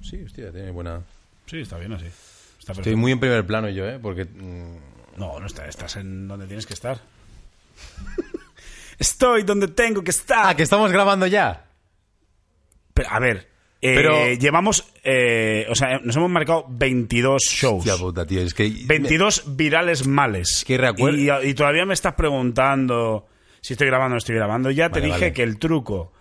Sí, hostia, tiene buena. Sí, está bien así. Está Estoy perfecto. muy en primer plano yo, ¿eh? Porque. mm, No, no está, estás en donde tienes que estar. Estoy donde tengo que estar. Ah, que estamos grabando ya. Pero, a ver, eh, Pero- llevamos, eh, o sea, nos hemos marcado 22 shows. Hostia pues, puta, tío. Es que. 22 virales males. que recuer- y, y todavía me estás preguntando si estoy grabando o no estoy grabando. Ya te Vale, dije vale. que el truco,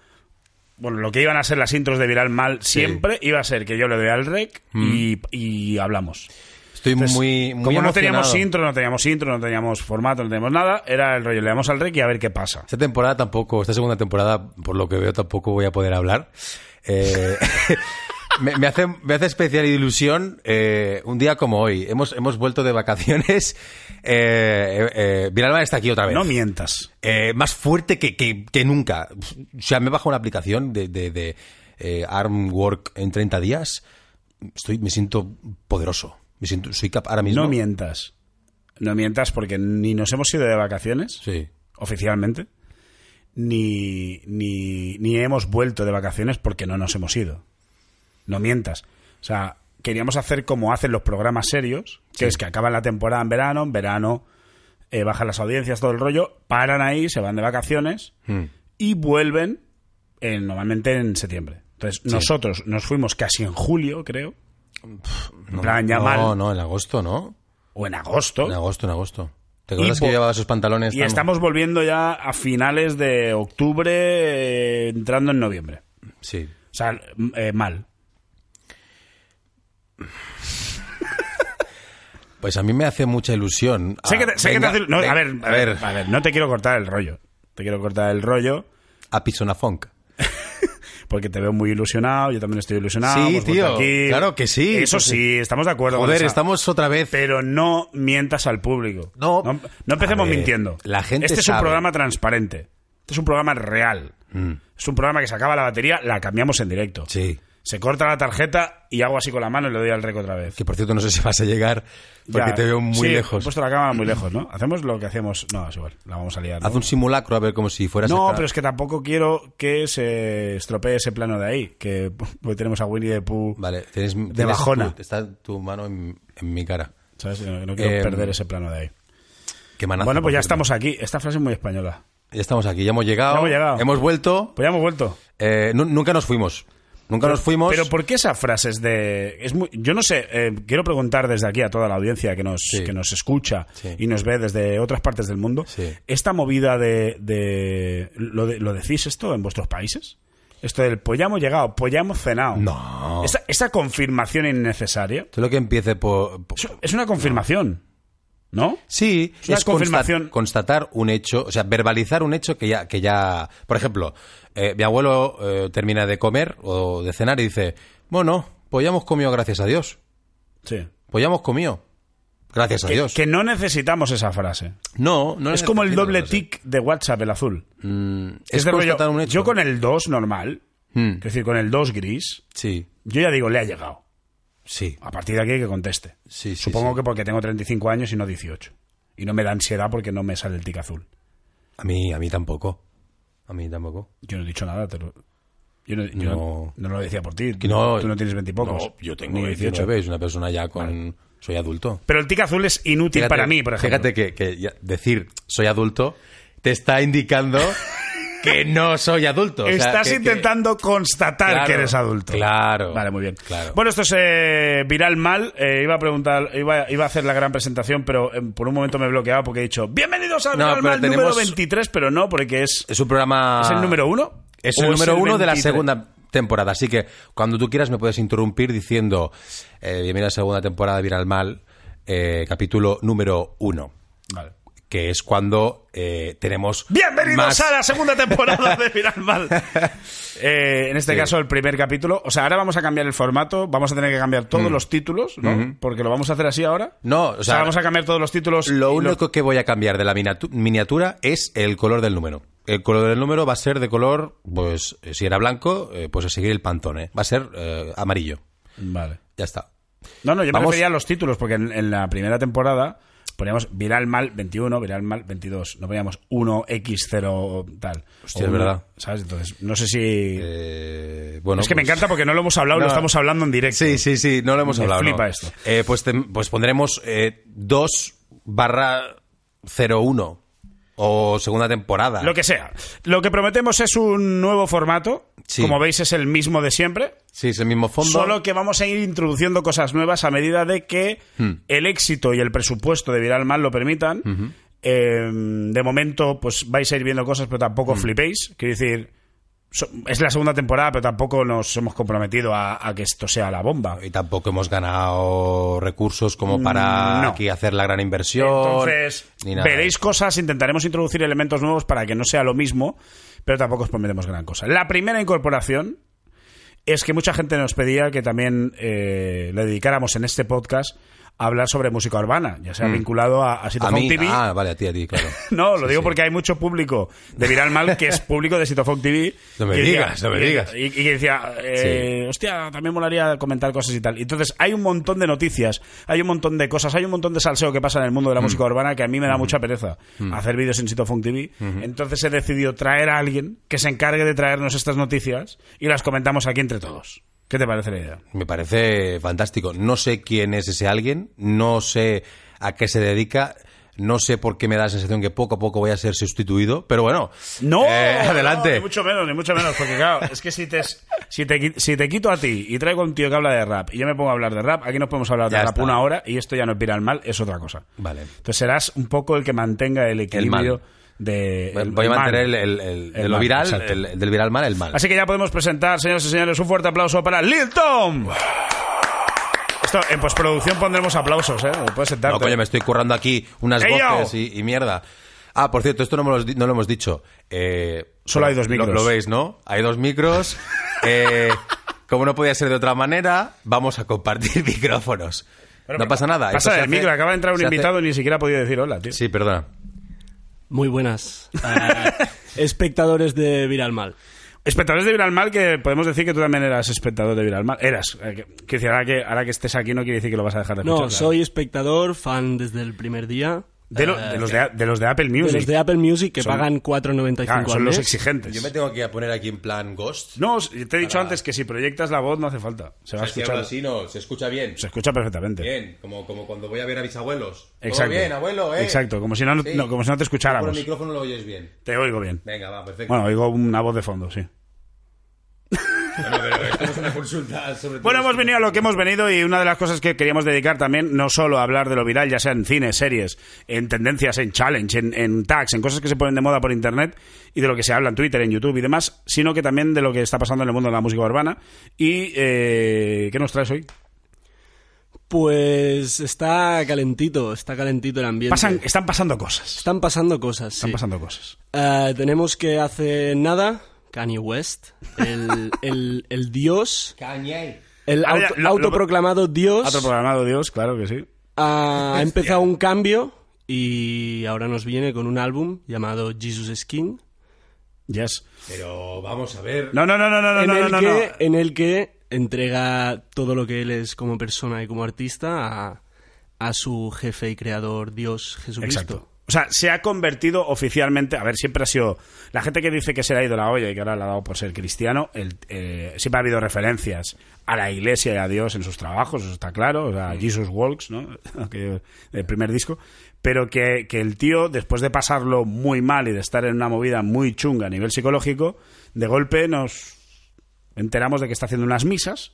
bueno, lo que iban a ser las intros de viral mal siempre iba a ser que yo le doy al rec Mm. y, y hablamos. Estoy Entonces, muy, muy. Pues como no teníamos emocionado. intro, no teníamos intro, no teníamos formato, no teníamos nada, era el rollo, le damos al rec y a ver qué pasa. Esta temporada tampoco, esta segunda temporada, por lo que veo, tampoco voy a poder hablar. Eh, me, me hace, me hace especial ilusión eh, un día como hoy. Hemos, hemos vuelto de vacaciones. Eh, eh, eh, Viralman está aquí otra vez. No mientas. Eh, más fuerte que, que- que nunca. O sea, me he bajado una aplicación de, de, de, eh, Arm Work en 30 días. Estoy, me siento poderoso. Me siento, soy capaz ahora mismo. No mientas. No mientas porque ni nos hemos ido de vacaciones, Sí. oficialmente, ni, ni, ni hemos vuelto de vacaciones porque no nos hemos ido. No mientas. O sea, queríamos hacer como hacen los programas serios, que es que acaban la temporada en verano, en verano eh, bajan las audiencias, todo el rollo, paran ahí, se van de vacaciones Mm. y vuelven en- normalmente en septiembre. Entonces, nosotros nos fuimos casi en julio, creo, No, plan, ya no, mal. no, en agosto, ¿no? o en agosto. En agosto, en agosto. ¿Te Y acuerdas que vo- yo llevaba esos pantalones? Y estamos volviendo ya a finales de octubre, eh, entrando en noviembre. Sí. O sea, m- eh, mal. Pues a mí me hace mucha ilusión. Sé Ah, que te- sé que te venga, hace- no, venga, a ver, a ver, a ver, no te quiero cortar el rollo. Te quiero cortar el rollo A Pizona Funk. porque te veo muy ilusionado, yo también estoy ilusionado. Sí, hemos vuelto tío, claro que sí. Eso Pues sí. sí, estamos de acuerdo. con Joder, esa- estamos otra vez. Pero no mientas al público. No. no, no empecemos A ver, mintiendo. la gente este es un sabe. Mm. programa transparente. Este es un programa real. Es un programa que se acaba la batería, la cambiamos en directo. Sí. Se corta la tarjeta y hago así con la mano y le doy al rec otra vez. Que por cierto, no sé si vas a llegar porque Ya. te veo muy Sí, pues- He lejos. puesto la cámara muy lejos, ¿no? Hacemos lo que hacemos. No, es igual. La vamos a liar. ¿no? Haz un simulacro a ver como si fueras. No, esta- pero es que tampoco quiero que se estropee ese plano de ahí. Que porque tenemos a Winnie the Pooh. Vale, tienes, tienes bajona. tu- está tu mano en, en mi cara. ¿sabes? No, no quiero Eh, perder ese plano de ahí. Qué manazo, Bueno, por pues ya cierto. estamos aquí. Esta frase es muy española. Ya estamos aquí, ya hemos llegado. Ya hemos llegado. vuelto. Pues ya hemos vuelto. Eh, nu- nunca nos fuimos. Nunca nos fuimos. Pero ¿por qué esas frases de.? Es muy, yo no sé, eh, quiero preguntar desde aquí a toda la audiencia que nos, Sí. que nos escucha Sí. y nos ve desde otras partes del mundo. Sí. ¿Esta movida de, de- lo de- ¿Lo decís esto en vuestros países? Esto del pues ya hemos llegado, pues ya hemos cenado. No. Esa, esa confirmación innecesaria. Todo lo que empiece por. por- Es- Es una confirmación. ¿No? Sí, Es una consta- confirmación. constatar un hecho, o sea, verbalizar un hecho que ya, que ya, por ejemplo, eh, mi abuelo eh, termina de comer o de cenar y dice, bueno, pues ya hemos comido gracias a Dios, Sí. pues ya hemos comido, gracias a Que, Dios. que no necesitamos esa frase. Pues no, no es como el necesito, doble no sé. tic de WhatsApp, el azul. Mm, es, Es de rollo, constatar un hecho. Yo con el 2 normal, Mm, es decir, con el 2 gris, sí, Yo ya digo, le ha llegado. sí, A partir de aquí que conteste. sí, sí, Supongo sí. que porque tengo 35 años y no 18. Y no me da ansiedad porque no me sale el tic azul. A mí, a mí tampoco. A mí tampoco. Yo no he dicho nada, te lo- Yo, no, yo No. no lo decía por ti. Que no- Tú no tienes 20 y pocos. No, yo tengo Ni 18, ¿ves? Una persona ya con... Soy adulto. Pero el tic azul es inútil Fíjate- para mí, por ejemplo. Fíjate que, que ya decir soy adulto te está indicando que no soy adulto. o sea, Estás que- que- intentando constatar Claro, que eres adulto. claro. Vale, muy bien. Claro. Bueno, esto es eh, viral mal. Eh, iba a preguntar, iba, iba a hacer la gran presentación, pero eh, por un momento me he bloqueado porque he dicho, bienvenidos a No, viral pero mal número tenemos- 23, pero no, porque es, Es un programa... es el número uno. Ah. Es ¿O el número uno de la 23? segunda temporada. Así que cuando tú quieras me puedes interrumpir diciendo eh, bienvenida a la segunda temporada de Viral Mal, eh, capítulo número uno. Vale. Que es cuando eh, tenemos Bienvenidos más- a la segunda temporada de Viral Mal. Eh, en este Sí. caso, el primer capítulo. O sea, ahora vamos a cambiar el formato. Vamos a tener que cambiar todos los títulos, ¿no? Porque lo vamos a hacer así ahora. No, Mm. Mm-hmm. o O sea, sea, vamos a cambiar todos los títulos. Lo y los- único que voy a cambiar de la miniatu- miniatura es el color del número. El color del número va a ser de color, pues eh, si era blanco, eh, pues a seguir el pantone. Va a ser eh, amarillo. Vale. Ya está. No, no, yo me Vamos- refería a los títulos, porque en, en la primera temporada Poníamos viral mal 21, viral mal 22. No poníamos 1x0 tal. Hostia, O es uno, verdad. ¿Sabes? Entonces, no sé si. Eh, bueno, es que me pues- encanta porque no lo hemos hablado, No. lo estamos hablando en directo. Sí, sí, sí, no lo hemos Me hablado. flipa no. esto. Eh, pues, te- pues pondremos 2 barra 01 o segunda temporada. Lo que sea. Lo que prometemos es un nuevo formato. Sí. Como veis, es el mismo de siempre. Sí, es el mismo fondo. Solo que vamos a ir introduciendo cosas nuevas a medida de que el éxito y el presupuesto de Viral Mal lo permitan. Eh, de momento, pues vais a ir viendo cosas, pero tampoco flipéis. Quiero decir, so- es la segunda temporada, pero tampoco nos hemos comprometido a, a que esto sea la bomba. Y tampoco hemos ganado recursos como para Mm, No. aquí hacer la gran inversión. Entonces, ni nada. veréis cosas, intentaremos introducir elementos nuevos para que no sea lo mismo, pero tampoco os prometemos gran cosa. La primera incorporación es que mucha gente nos pedía que también eh, le dedicáramos en este podcast a hablar sobre música urbana, ya sea vinculado a, a Mm. A Sitofunk mí, TV. ah, vale, a ti, a ti, claro. No, lo digo sí. porque hay mucho público de Viral Mal que es público de Sitofunk TV. No me Y digas, no me y- digas. Y, y que decía, eh, hostia, también molaría comentar cosas y tal. Y Entonces, hay un montón de noticias, hay un montón de cosas, hay un montón de salseo que pasa en el mundo de Hmm. la música urbana que a mí me da mucha pereza hacer vídeos en Sitofunk TV. Hmm. Entonces, he decidido traer a alguien que se encargue de traernos estas noticias y las comentamos aquí entre todos. ¿Qué te parece la idea? Me parece fantástico. No sé quién es ese alguien, no sé a qué se dedica, no sé por qué me da la sensación que poco a poco voy a ser sustituido, pero bueno. No, eh, no, adelante. ni mucho menos, ni mucho menos, porque claro, es que si te, si, te, qui- si te quito a ti y traigo a un tío que habla de rap y yo me pongo a hablar de rap, aquí nos podemos hablar de Ya rap está. una hora y esto ya no es viral mal, es otra cosa. Vale. Entonces serás un poco el que mantenga el equilibrio de. el- Voy a el mal. mantener el, el- el- de El lo mal, viral, exacto. el- el del viral mal, el mal. Así que ya podemos presentar, señoras y señores, un fuerte aplauso para Lil Tom. Esto, en postproducción pondremos aplausos, ¿eh? Puedes sentarte. No, coño, me estoy currando aquí unas ¡Ey, yo! voces y, y mierda. Ah, por cierto, esto no, me los di- no lo hemos dicho. Eh, Solo hay dos lo- micros. Lo, veis, ¿no? Hay dos micros. Eh, como no podía ser de otra manera, vamos a compartir micrófonos. Pero no pasa nada. Esto Pasa se el hace- micro, acaba de entrar un se hace- invitado y ni siquiera ha podido decir hola, tío. Sí, perdona. Muy buenas, eh, espectadores de Viral Mal. Espectadores de Viral Mal, que podemos decir que tú también eras espectador de Viral Mal. Eras. eh, que- Quiero decir, ahora que, ahora que estés aquí no quiere decir que lo vas a dejar de No, escuchar. claro. soy espectador, fan desde el primer día. De, lo- Eh, de los de, de los de Apple de Music. los de Apple Music que Son- pagan 4.95 Claro, al son los mes. exigentes. Yo me tengo que poner aquí en plan ghost. No, os- te he dicho antes que si proyectas la voz no hace falta. Se va a Si hablo escuchar. así, no, se escucha bien. Se escucha perfectamente. Bien, como, como cuando voy a ver a mis abuelos. Todo Exacto. bien, abuelo, ¿eh? Exacto, como si no, Sí. no, como si Por no te el escucháramos. micrófono lo oyes bien. Te oigo bien. Venga, va, perfecto. Bueno, oigo una voz de fondo, sí. Bueno, pero esto es una consulta sobre todo Bueno, hemos esto. venido a lo que hemos venido y una de las cosas que queríamos dedicar también, no solo a hablar de lo viral, ya sea en cine, series, en tendencias, en challenge, en, en tags, en cosas que se ponen de moda por internet y de lo que se habla en Twitter, en YouTube y demás, sino que también de lo que está pasando en el mundo de la música urbana. ¿Y eh, qué nos traes hoy? Pues está calentito, está calentito el ambiente. Pasan, están pasando cosas. Están pasando cosas. Están eh. sí. pasando cosas. Eh, tenemos que hace nada Kanye West, el, el- el dios, Kanye. el Ahora ya, auto- lo- lo- autoproclamado dios, Otro programado, Dios, claro que sí. ha empezado un cambio y ahora nos viene con un álbum llamado Jesus Skin. Yes. Pero vamos a ver. No, no, no, no, no, en, no, no, el no, que, no. en el que entrega todo lo que él es como persona y como artista a, a su jefe y creador, Dios Jesucristo. Exacto. O sea, se ha convertido oficialmente. A ver, siempre ha sido. La gente que dice que se le ha ido la olla y que ahora le ha dado por ser cristiano, el- eh, siempre ha habido referencias a la iglesia y a Dios en sus trabajos, eso está claro. O sea, Mm. Jesus Walks, ¿no? Aquello del primer disco. Pero que, que el tío, después de pasarlo muy mal y de estar en una movida muy chunga a nivel psicológico, de golpe nos enteramos de que está haciendo unas misas.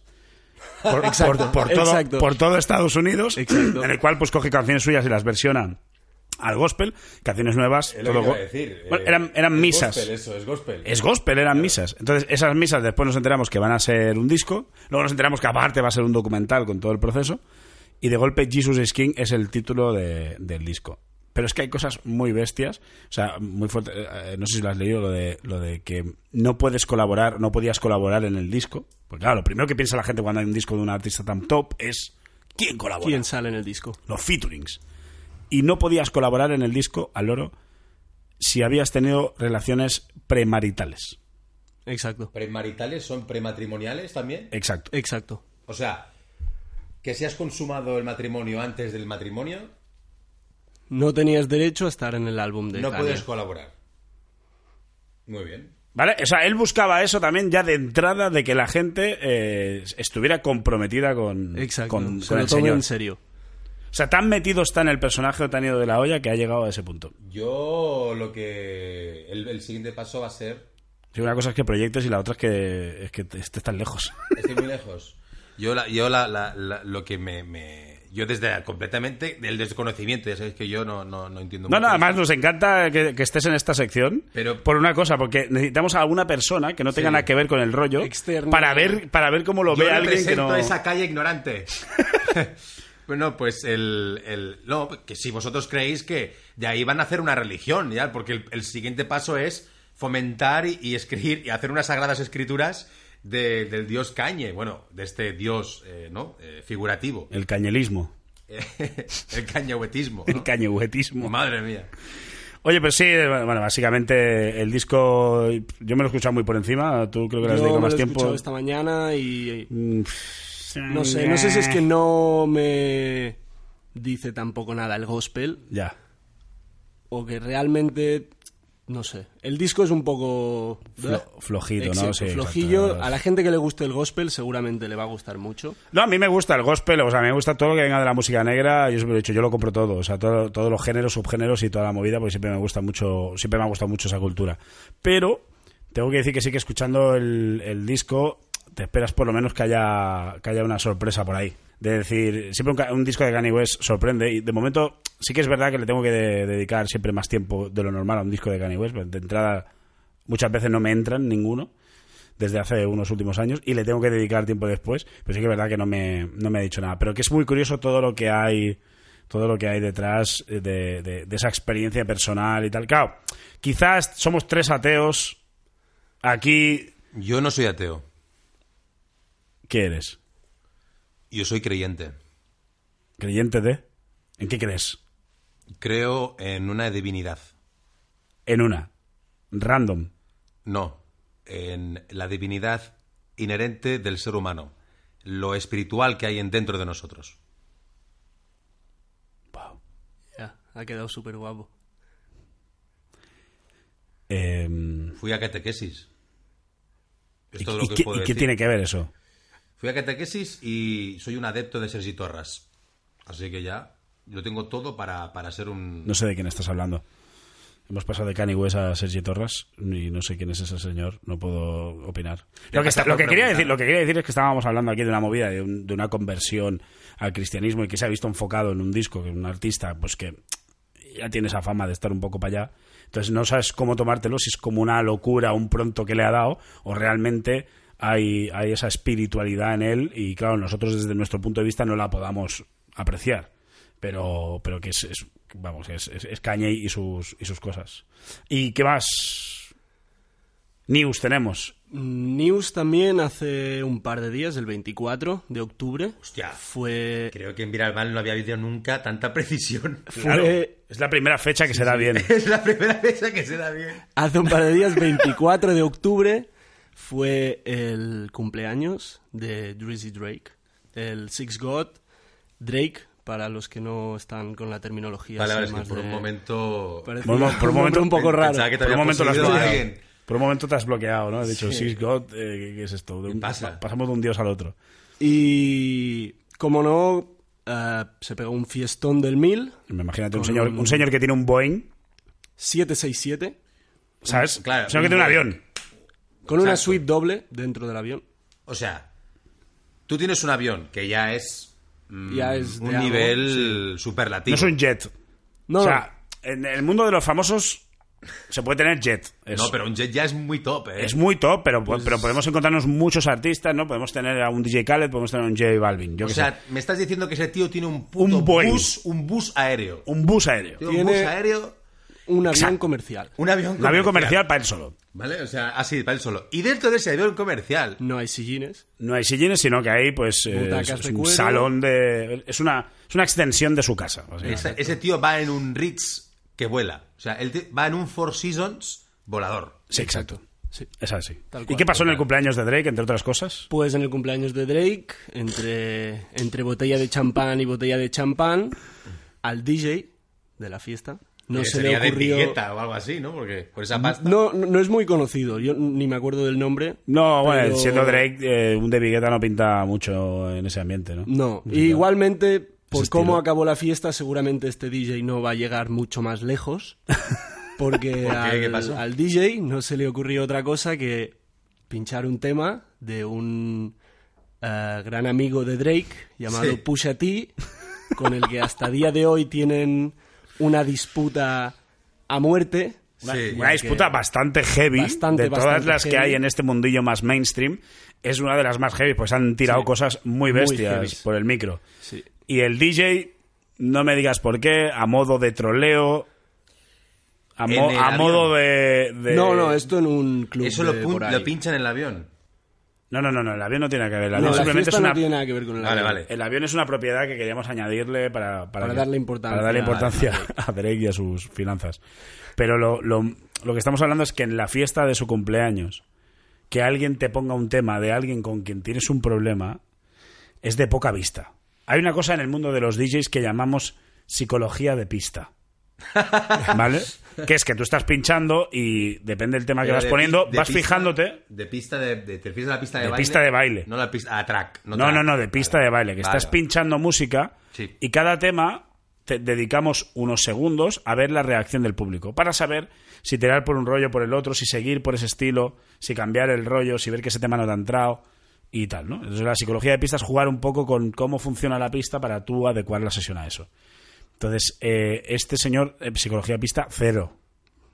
Por, por- por todo, exacto. por todo Estados Unidos, Exacto. en el cual pues coge canciones suyas y las versionan al gospel, canciones nuevas, Es lo todo que iba go- a decir. Bueno, eh, eran, eran es misas. Gospel, eso, es gospel. Es gospel, eran misas. Entonces, esas misas después nos enteramos que van a ser un disco, luego nos enteramos que aparte va a ser un documental con todo el proceso, y de golpe Jesus is King es el título de- del disco. Pero es que hay cosas muy bestias, o sea, muy fuerte. eh, no sé si lo has leído, lo de, lo de que no puedes colaborar, no podías colaborar en el disco. Pues claro, lo primero que piensa la gente cuando hay un disco de un artista tan top es ¿quién colabora? ¿Quién sale en el disco? los featurings. Y no podías colaborar en el disco al oro si habías tenido relaciones premaritales. Exacto. ¿Premaritales son prematrimoniales también? Exacto. Exacto. O sea, que si has consumado el matrimonio antes del matrimonio, No tenías derecho a estar en el álbum de No Kanye. puedes colaborar. Muy bien. ¿Vale? O sea, él buscaba eso también ya de entrada de que la gente eh, estuviera comprometida con, Exacto, con, se con lo el tome señor. en serio. O sea, tan metido está en el personaje o tan ido de la olla que ha llegado a ese punto. Yo lo que... El, el siguiente paso va a ser... Sí, una cosa es que proyectes y la otra es que, es que te- estés tan lejos. Estoy muy lejos. Yo, la, yo la, la- la- lo que me, me- Yo desde completamente del desconocimiento, ya sabéis que yo no, no, no entiendo No, mucho no, de además nos encanta que, que estés en esta sección. Pero- por una cosa, porque necesitamos a alguna persona que no tenga Sí. nada que ver con el rollo. Externa. Para ver, para ver cómo lo Yo ve alguien que represento no. esa calle ignorante. bueno, pues el, el- No, que si vosotros creéis que de ahí van a hacer una religión, ya, porque el, el siguiente paso es fomentar y, y escribir y hacer unas sagradas escrituras de- del dios Cañe, bueno, de este dios, eh, ¿no? Eh, figurativo. El cañelismo. el cañahuetismo. El cañehuetismo. Madre mía. Oye, pues sí, bueno, básicamente el disco yo me lo he escuchado muy por encima, tú creo que le has Yo dedicado me más lo he tiempo. escuchado esta mañana y Mm, no sé, no sé si es que no me dice tampoco nada el gospel Ya. o que realmente no sé. El disco es un poco Flo- flojito, ¿no? Exacto, Sí, exacto. flojillo. A la gente que le guste el gospel seguramente le va a gustar mucho. No, a mí me gusta el gospel, o sea, me gusta todo lo que venga de la música negra, yo siempre lo he dicho, yo lo compro todo, o sea, todo- todos los géneros, subgéneros y toda la movida, porque siempre me gusta mucho, siempre me ha gustado mucho esa cultura. Pero tengo que decir que sí que escuchando el, el disco te esperas por lo menos que haya, que haya una sorpresa por ahí. De decir, siempre un, ca- un disco de Kanye West sorprende y de momento sí que es verdad que le tengo que de- dedicar siempre más tiempo de lo normal a un disco de Kanye West, de entrada muchas veces no me entran ninguno desde hace unos últimos años y le tengo que dedicar tiempo después, pero sí que es verdad que no me, no me ha dicho nada. Pero que es muy curioso todo lo que hay todo lo que hay detrás eh, de, de- de esa experiencia personal y tal. Claro, quizás somos tres ateos aquí. Yo no soy ateo. ¿Qué eres? Yo soy creyente. ¿Creyente de? ¿En qué crees? Creo en una divinidad. En una. Random. No, en la divinidad inherente del ser humano, lo espiritual que hay en dentro de nosotros. Ya, ha quedado súper guapo. Eh, Fui a catequesis. Es ¿Y, todo lo y que qué, os puedo y qué decir. tiene que ver eso? Fui a catequesis y soy un adepto de Sergi Torras. Así que ya, yo tengo todo para, para ser un... No sé de quién estás hablando. Hemos pasado de Kanye West a Sergi Torras y no sé quién es ese señor, no puedo opinar. Lo que, está- lo que quería decir, lo que quería decir es que estábamos hablando aquí de una movida, de, un- de una conversión al cristianismo y que se ha visto enfocado en un disco, que un artista, pues que ya tiene esa fama de estar un poco para allá. Entonces no sabes cómo tomártelo, si es como una locura, un pronto que le ha dado, o realmente hay, hay esa espiritualidad en él y claro, nosotros desde nuestro punto de vista no la podamos apreciar. Pero, pero que es, es- vamos, es, es, es Kanye y sus, y sus cosas. ¿Y qué más? News tenemos. News también hace un par de días, el 24 de octubre. Hostia. Fue. Creo que en Viralbal no había habido nunca tanta precisión. Claro, Fue- es la primera fecha que se da bien. es la primera vez que se da bien. Hace un par de días, 24 de octubre, fue el cumpleaños de Drizzy Drake. El Six God Drake, para los que no están con la terminología. Vale, vale, es así que más por un de- momento... parece Por un mo- por un momento- un poco raro. Pensaba que te Por un había momento lo has poseído bloqueado. alguien. Por un momento te has bloqueado, ¿no? Has dicho, "Six God, eh, ¿qué es esto? De un- pasa? Pasamos de un dios al otro. Y como no, eh, se pegó un fiestón del 1000, Me imagínate un Con señor, un- un señor que tiene un Boeing, 767, ¿sabes? Claro, un señor que un tiene un Boeing. avión. con una Exacto. suite doble dentro del avión. O sea, tú tienes un avión que ya es, mm, Ya es de un algo, nivel No superlativo. es un jet. No, o no. sea, en el mundo de los famosos se puede tener jet. Es, No, pero un jet ya es muy top, ¿eh? es muy top, pero, pero podemos encontrarnos muchos artistas, ¿no? Podemos tener a un DJ Khaled, podemos tener a un J Balvin, yo O qué sé. sea, me estás diciendo que ese tío tiene un puto Un Boeing. bus, un bus aéreo. Un bus aéreo. Tiene un Tiene- bus aéreo, un avión Exacto. comercial. un avión Un avión comercial Mm, para él solo. ¿Vale? O sea, así, para él solo. Y dentro de ese avión comercial, No hay sillines. No hay sillines, sino que hay, pues, eh, Butacas es, es de un cuero. salón de... Es una, es una extensión de su casa. básicamente. ese, ese tío va en un Ritz que vuela. O sea, él te- va en un Four Seasons volador. Sí, exacto. Sí. Es así. Tal ¿Y cual, qué pasó tal en el cual. cumpleaños de Drake, entre otras cosas? Pues en el cumpleaños de Drake, entre, entre botella de champán y botella de champán, al DJ de la fiesta. No Que se le sería ocurrió. de etiqueta o algo así, ¿no? Porque por Mm, esa pasta. No, no es muy conocido, yo ni me acuerdo del nombre. No, bueno, pero- siendo Drake, eh, un de Vigueta no pinta mucho en ese ambiente, ¿no? No, y igualmente, por estilo. cómo acabó la fiesta, seguramente este DJ no va a llegar mucho más lejos. Porque ¿Por qué? ¿Qué al, pasó? al DJ no se le ocurrió otra cosa que pinchar un tema de un eh, gran amigo de Drake llamado Sí. Pusha T, con el que hasta día de hoy tienen una disputa a muerte. Una, Sí. una disputa bastante heavy Bastante, de todas bastante las que heavy. hay en este mundillo más mainstream. Es una de las más heavy, pues han tirado Sí. cosas muy Muy bestias heavies. por el micro. Sí. Y el DJ, no me digas por qué, a modo de troleo, a, mo- En el a avión. modo de, de- No, no, esto en un club. Eso lo, de pun- por ahí. lo pinchan en el avión. No, no, no, no, el avión no tiene que ver. El No, avión la simplemente fiesta es una... no tiene nada que ver con el Vale, avión. vale. El avión es una propiedad que queríamos añadirle para, Para que- darle importancia para darle a- importancia a Drake y a sus finanzas. Pero lo, lo- lo que estamos hablando es que en la fiesta de su cumpleaños, que alguien te ponga un tema de alguien con quien tienes un problema, es de poca vista. Hay una cosa en el mundo de los DJs que llamamos psicología de pista. ¿Vale? Que es que tú estás pinchando y depende del tema Ah, que Pero vas de poniendo, pi- de vas pista- fijándote. De pista de, de- ¿Te refieres a la pista de, De baile? pista de baile. No la pista. A track. No, No, track. no, no, de pista de baile, que Vale, estás vale. pinchando música Sí. y cada tema te dedicamos unos segundos a ver la reacción del público, para saber si tirar por un rollo, por el otro, si seguir por ese estilo, si cambiar el rollo, si ver que ese tema no te ha entrado y tal, ¿no? Entonces la psicología de pista es jugar un poco con cómo funciona la pista para tú adecuar la sesión a eso. Entonces, eh, este señor, eh, psicología de pista, cero.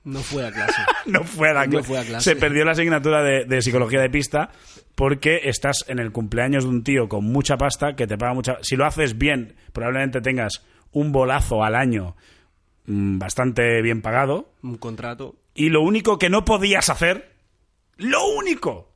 No fue a clase. No fue, a la No cla- fue a clase. Se perdió la asignatura de, de psicología de pista porque estás en el cumpleaños de un tío con mucha pasta que te paga mucha. Si lo haces bien, probablemente tengas un bolazo al año mm, bastante bien pagado. Un contrato. Y lo único que no podías hacer, lo único,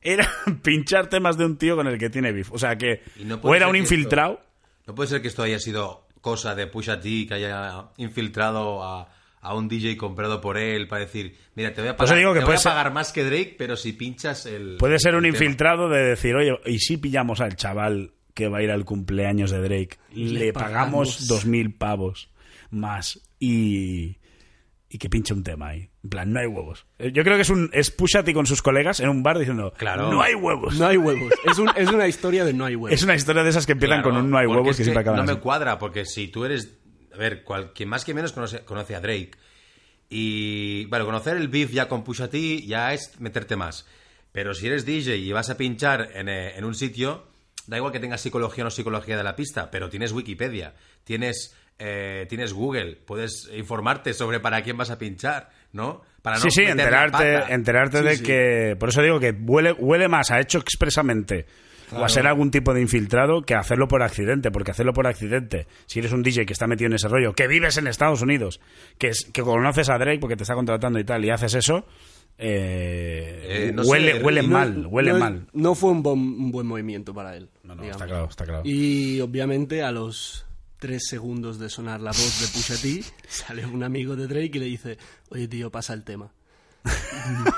era pinchar temas de un tío con el que tiene beef. O sea que, Y no o puede era ser un que esto- infiltrado. No puede ser que esto haya sido cosa de Pusha T que haya infiltrado a, a un DJ comprado por él para decir, mira, te voy a Por pagar, eso digo que te voy a puede ser- pagar más que Drake, pero si pinchas el... Puede ser un el tema". infiltrado de decir, oye, ¿y si pillamos al chaval que va a ir al cumpleaños de Drake? Le Le pagamos pagamos. dos mil pavos más y, y que pinche un tema ahí. En plan, no hay huevos. Eh, Yo creo que es un es Pusha T con sus colegas en un bar diciendo, Claro. no hay huevos. No hay huevos. Es, un- es una historia de no hay huevos. Es una historia de esas que empiezan Claro, con un no hay porque huevos es que, siempre acaban No me así. cuadra, porque si tú eres. A ver, cual, quien más que menos conoce, conoce a Drake. Y. Bueno, conocer el beef ya con Pusha T ya es meterte más. Pero si eres DJ y vas a pinchar en, eh, en un sitio, da igual que tengas psicología o no psicología de la pista, pero tienes Wikipedia, tienes. eh, tienes Google, puedes informarte sobre para quién vas a pinchar, ¿no? Para Ah, no sí, sí, meter la enterarte, pata. enterarte de que... Por eso digo que huele, huele más a hecho expresamente o a ser algún tipo de infiltrado que hacerlo por accidente, porque hacerlo por accidente, si eres un DJ que está metido en ese rollo, que vives en Estados Unidos, que, es- que conoces a Drake porque te está contratando y tal, y haces eso, eh, Eh, no huele, sé, huele no- mal, huele no, mal. No fue un, bon- un buen movimiento para él. No, no, digamos. está claro, está claro. Y obviamente a los tres segundos de sonar la voz de Pusha T, sale un amigo de Drake y le dice, oye tío, pasa el tema.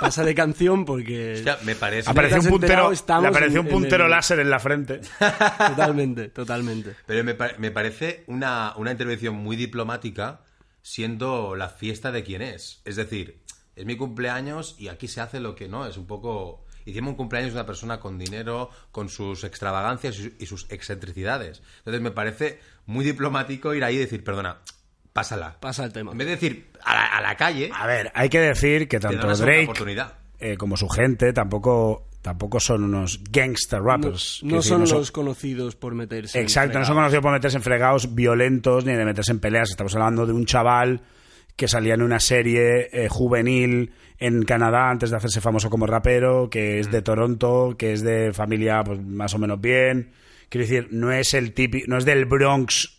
Pasa de canción porque... Hostia, me parece. Apareció te un has enterado, puntero, estamos le apareció en- un puntero en el- láser en la frente. Totalmente, totalmente. Pero me, pa- me parece una, una intervención muy diplomática siendo la fiesta de quien es. Es decir, es mi cumpleaños y aquí se hace lo que no. Es un poco... Hicimos un cumpleaños de una persona con dinero, con sus extravagancias y su- y sus excentricidades. Entonces me parece muy diplomático ir ahí y decir, perdona, pásala. Pasa el tema. En vez de decir a la, a la calle, A ver, hay que decir que te dan tanto una segunda Drake oportunidad. eh, como su gente, tampoco, tampoco son unos gangster No, rappers. no Quiero decir, son los conocidos por meterse. en Exacto, no son fregados. conocidos por meterse en fregados violentos ni de meterse en peleas. Estamos hablando de un chaval que salía en una serie eh, juvenil en Canadá antes de hacerse famoso como rapero, que es Mm. de Toronto, que es de familia pues, más o menos bien. Quiero decir, no es el típico, no es del Bronx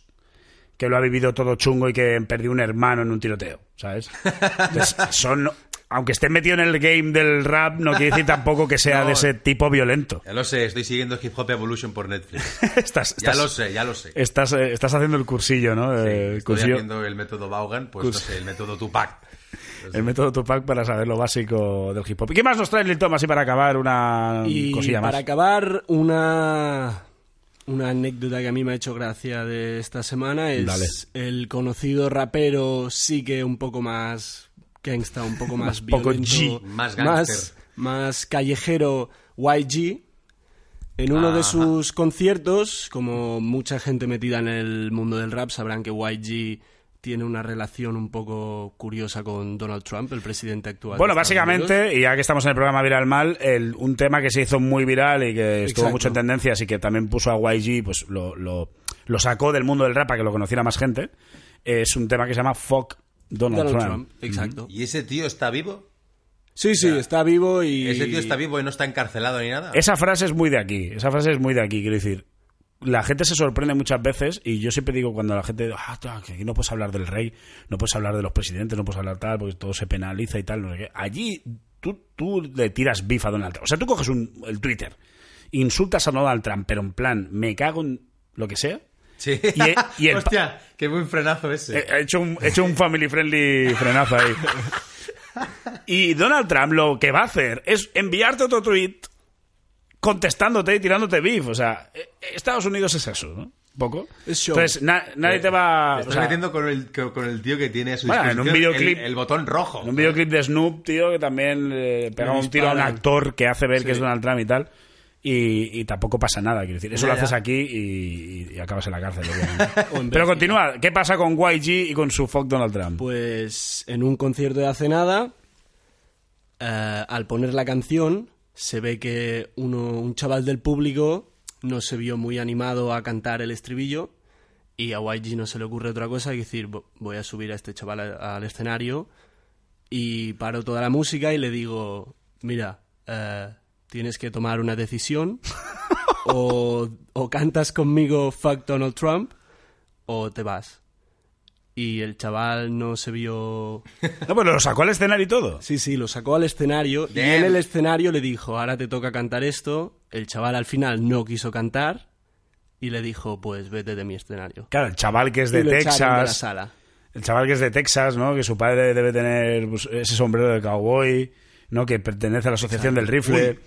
que lo ha vivido todo chungo y que perdió un hermano en un tiroteo, ¿sabes? Entonces, son, aunque esté metido en el game del rap, no quiere decir tampoco que sea No. de ese tipo violento. Ya lo sé, estoy siguiendo Hip Hop Evolution por Netflix. Estás- Ya estás- lo sé, ya lo sé. Estás, eh, estás haciendo el cursillo, ¿no? Sí, Eh, el estoy cursillo- haciendo el método Vaughan, pues Curs- no sé, el método Tupac. el método Tupac para saber lo básico del hip hop. ¿Y ¿Qué más nos trae Lil Tom así para acabar una Y cosilla para más? acabar, una Una anécdota que a mí me ha hecho gracia de esta semana es Dale. el conocido rapero, sí que un poco más gangsta, un poco más, Más poco G. violento, Más más, gangster. más callejero YG. En uno de Ajá. sus conciertos, como mucha gente metida en el mundo del rap, sabrán que YG tiene una relación un poco curiosa con Donald Trump, el presidente actual. de Bueno, Estados Unidos. básicamente, y ya que estamos en el programa Viral Mal, el- un tema que se hizo muy viral y que estuvo Exacto. mucho en tendencia, así que también puso a YG, pues lo, lo- lo sacó del mundo del rap para que lo conociera más gente, es un tema que se llama Fuck Donald, Donald Trump. Trump, exacto. ¿Y ese tío está vivo? Sí, sí, está vivo y... ¿Ese tío está vivo y no está encarcelado ni nada? Esa frase es muy de aquí, esa frase es muy de aquí, quiero decir. La gente se sorprende muchas veces y yo siempre digo cuando la gente, ah, tú, que aquí no puedes hablar del rey, no puedes hablar de los presidentes, no puedes hablar tal, porque todo se penaliza y tal, no sé qué. Allí tú, tú le tiras bifa a Donald Trump. O sea, tú coges un, el Twitter, insultas a Donald Trump, pero en plan, me cago en lo que sea. Sí. Y e- y el- Eh, Hostia, qué buen frenazo ese. He, he hecho un, he hecho un family friendly frenazo ahí. Y Donald Trump lo que va a hacer es enviarte otro tweet contestándote y tirándote beef. O sea, eh, Estados Unidos es eso, ¿no? Un poco. Es show. Entonces, na- nadie te va. Eh, Te ah, o estás sea, metiendo con el, con con el tío que tiene a su Bueno, en disposición un videoclip- el, el botón rojo. en un videoclip de Snoop, tío, que también eh, pega Le un tiro a un disparan. actor que hace ver Sí. que es Donald Trump y tal. Y, y tampoco pasa nada, quiero decir. Eso Ya, lo haces ya. aquí y, y- y acabas en la cárcel. obviamente. O en Pero Bélgica. continúa. ¿Qué pasa con YG y con su fuck Donald Trump? Pues en un concierto de hace nada, eh, al poner la canción, se ve que uno, un chaval del público no se vio muy animado a cantar el estribillo y a YG no se le ocurre otra cosa que decir, "Bo- voy a subir a este chaval a- al escenario y paro toda la música y le digo, mira, eh, tienes que tomar una decisión o, o cantas conmigo fuck Donald Trump o te vas. Y el chaval no se vio... No, pero lo sacó al escenario y todo. Sí, sí, lo sacó al escenario y Damn. en el escenario le dijo, ahora te toca cantar esto. El chaval al final no quiso cantar y le dijo, pues vete de mi escenario. Claro, el chaval que es Y de lo echaron de la Texas. sala. el chaval que es de Texas, ¿no? Que su padre debe tener pues, ese sombrero de cowboy, ¿no? Que pertenece a la asociación del rifle.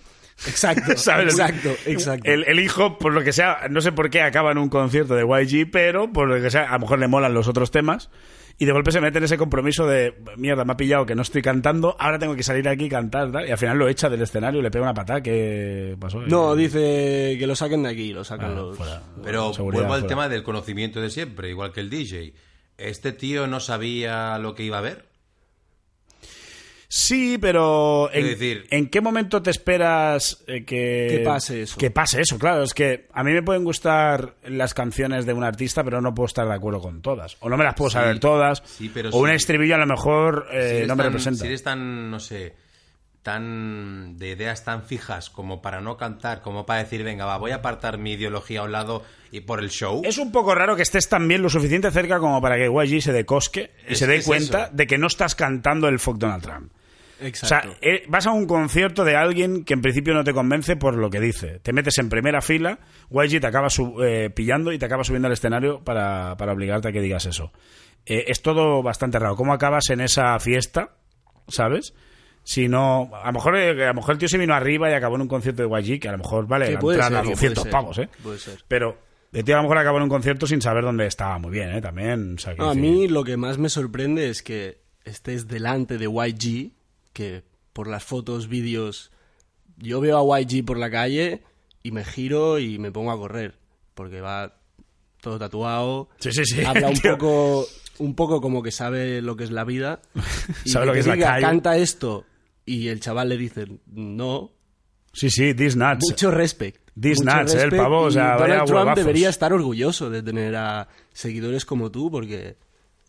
Exacto, ¿Sabes? exacto, exacto. El, el hijo, por lo que sea, no sé por qué acaba en un concierto de YG, pero por lo que sea, a lo mejor le molan los otros temas. Y de golpe se mete en ese compromiso de mierda, me ha pillado que no estoy cantando, ahora tengo que salir aquí y cantar. tal. Y al final lo echa del escenario, le pega una patada. ¿Qué pasó? No, dice que lo saquen de aquí, lo sacan Ah, los... fuera. Pero Seguridad, vuelvo al fuera. tema del conocimiento de siempre, igual que el DJ. ¿Este tío no sabía lo que iba a ver? Sí, pero en, Quiero decir- ¿en qué momento te esperas eh, que, Que pase eso. Que pase eso, claro. Es que a mí me pueden gustar las canciones de un artista, pero no puedo estar de acuerdo con todas. O no me las puedo Sí, saber todas. sí, pero o un sí. estribillo a lo mejor eh, Si eres no me tan- representa. Si eres tan, no sé, tan de ideas tan fijas como para no cantar, como para decir, venga, va, voy a apartar mi ideología a un lado y por el show. Es un poco raro que estés también lo suficiente cerca como para que YG se decosque y Es se que dé es cuenta eso. de que no estás cantando el fuck Donald Trump. Exacto. O sea, eh, vas a un concierto de alguien que en principio no te convence por lo que dice. Te metes en primera fila, YG te acaba su- eh, pillando y te acaba subiendo al escenario para, para obligarte a que digas eso. Eh, es todo bastante raro. ¿Cómo acabas en esa fiesta? ¿Sabes? Si no, a lo mejor eh, a lo mejor el tío se vino arriba y acabó en un concierto de YG, que a lo mejor vale Que la puede entrada ser, que 200 puede ser, pavos, ¿eh? puede ser. Pero el tío a lo mejor acabó en un concierto sin saber dónde estaba muy bien, ¿eh? También. o sea, quiero A decir- mí lo que más me sorprende es que estés delante de YG, que por las fotos, vídeos, yo veo a YG por la calle y me giro y me pongo a correr, porque va todo tatuado, Sí, sí, sí. habla un tío. poco, un poco como que sabe lo que es la vida, y Sabe lo que es la diga, calle. canta esto y el chaval le dice no, Sí, sí, this nuts. mucho respeto. This nuts, eh, el pavo, o sea, vaya Donald Trump huevazos. debería estar orgulloso de tener a seguidores como tú, porque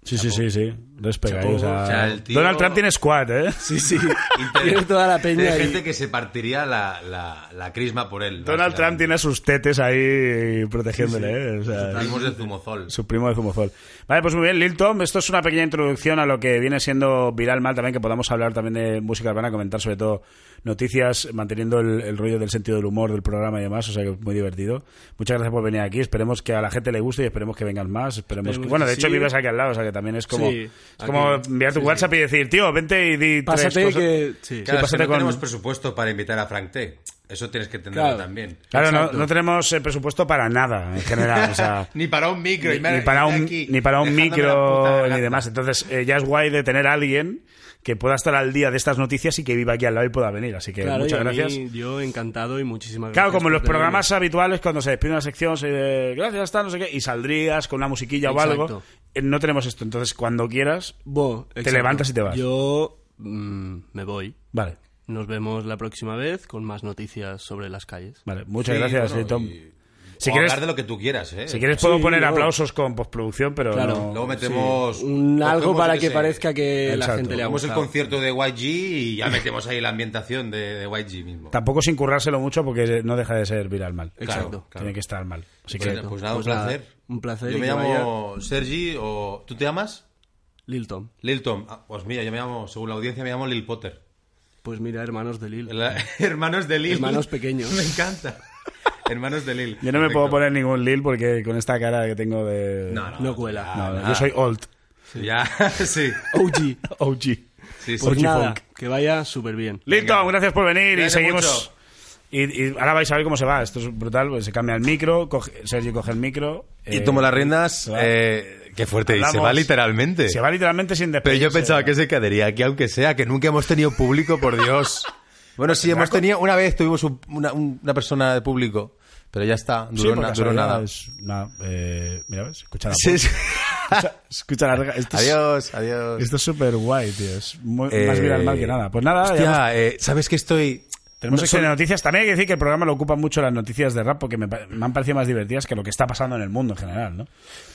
Sí, sí, sí, sí. Respect. Chapó. ahí, o sea, O sea, el tío- Donald Trump tiene squad, ¿eh? Sí, sí. Inter- Tiene toda la de peña ahí. gente que se partiría la, la, la crisma por él. Donald Trump tiene sus tetes ahí protegiéndole, ¿eh? O sea, Primos del zumozol. su primo de Zumozol. Vale, pues muy bien, Lil Tom. Esto es una pequeña introducción a lo que viene siendo viral mal también, que podamos hablar también de música urbana, comentar sobre todo noticias, manteniendo el, el rollo del sentido del humor del programa y demás. O sea que muy divertido. Muchas gracias por venir aquí. Esperemos que a la gente le guste y esperemos que vengan más. Esperemos, que- Esperemos Bueno, que de hecho sí. vives aquí al lado, o sea que también es como, Sí, es como aquí, enviar tu sí, WhatsApp y decir, tío, vente y di Pásate tres cosas. que... Sí. Sí, Claro, es que pásate no con- tenemos presupuesto para invitar a Frank T. Eso tienes que tenerlo Claro. también. Claro, no, Exacto. no tenemos eh, presupuesto para nada en general. o sea, Ni para un micro. y ni, me- ni para y un, aquí, ni para un dejándome la puta micro garganta. ni demás. Entonces, eh, ya es guay de tener a alguien que pueda estar al día de estas noticias y que viva aquí al lado y pueda venir. Así que Claro, muchas y a mí, gracias. yo encantado y muchísimas Claro, gracias. como en los por tenerme. programas habituales, cuando se despide una sección, se dice, gracias, hasta no sé qué, y saldrías con una musiquilla o algo. Exacto. Eh, No tenemos esto, entonces cuando quieras, Bo, exacto. levantas y te vas. Yo mm, me voy. vale, Nos vemos la próxima vez con más noticias sobre las calles. vale. Muchas Sí, gracias, bueno, eh, Tom. y- Si o quieres- hablar de lo que tú quieras, ¿eh? Si quieres puedo Sí, poner no. aplausos con postproducción, pero Claro. no- Luego metemos... Un algo cogemos, para yo que sé, parezca que la Exacto. gente le ha Cogemos el gustado. concierto de YG y ya metemos ahí la ambientación de, de YG mismo. tampoco sin currárselo mucho porque no deja de ser viral mal. Exacto. Claro. Tiene que estar mal. Así Pues, que, pues nada, Pues un nada, placer. un placer Yo y me que llamo Sergi o... ¿Tú te llamas? Lil Tom. Lil Tom. Ah, pues mira, yo me llamo, según la audiencia, me llamo Lil Potter. Pues mira, hermanos de Lil. La- hermanos de Lil. Hermanos pequeños. Me encanta. hermanos de Lil. yo no me puedo Perfecto. poner ningún Lil porque con esta cara que tengo de... No, no. No cuela. No, nada. yo soy old. Ya, sí. OG. OG. sí, sí. Pues OG nada, Funk. que vaya súper bien. Linton, gracias por venir Gracias y seguimos... Y, y ahora vais a ver cómo se va. Esto es brutal. pues se cambia el micro. Coge, Sergio coge el micro. Y eh, tomo las riendas. se va. eh, qué fuerte. y Se Hablamos. va literalmente. Se va literalmente sin Pero despedirse. yo pensaba que se quedaría aquí, aunque sea, que nunca hemos tenido público, por Dios. Bueno, sí, hemos tenido. Una vez tuvimos un- una, un- una persona de público, pero ya está. Sí, Duró, por na- duró casualidad, nada. es una- eh, mira, ves, escucha la Sí, sí. escucha, escucha la rega- Esto es- Adiós, adiós. Esto es súper guay, tío. Es muy- Eh, más viral mal que nada. Pues nada, hostia, ya eh, ¿sabes que estoy.? no, tenemos sección de solo- noticias. También hay que decir que el programa lo ocupan mucho las noticias de rap porque me, pa- me han parecido más divertidas que lo que está pasando en el mundo en general, ¿no?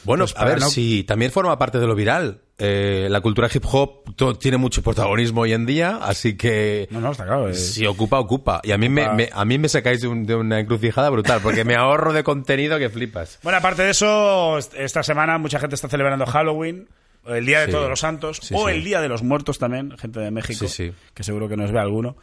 Bueno, Pues a ver, para no- si también forma parte de lo viral. Eh, la cultura hip hop to- tiene mucho protagonismo hoy en día, así que. No, no, está claro. eh. Si ocupa, ocupa. Y a mí, me, Ocupa. me- a mí me sacáis de, un- de una encrucijada brutal, porque me ahorro de contenido que flipas. Bueno, aparte de eso, est- esta semana mucha gente está celebrando Halloween, el Día de Sí. Todos los Santos, Sí, o sí. el Día de los Muertos también, gente de México, Sí, sí. que seguro que nos ve alguno.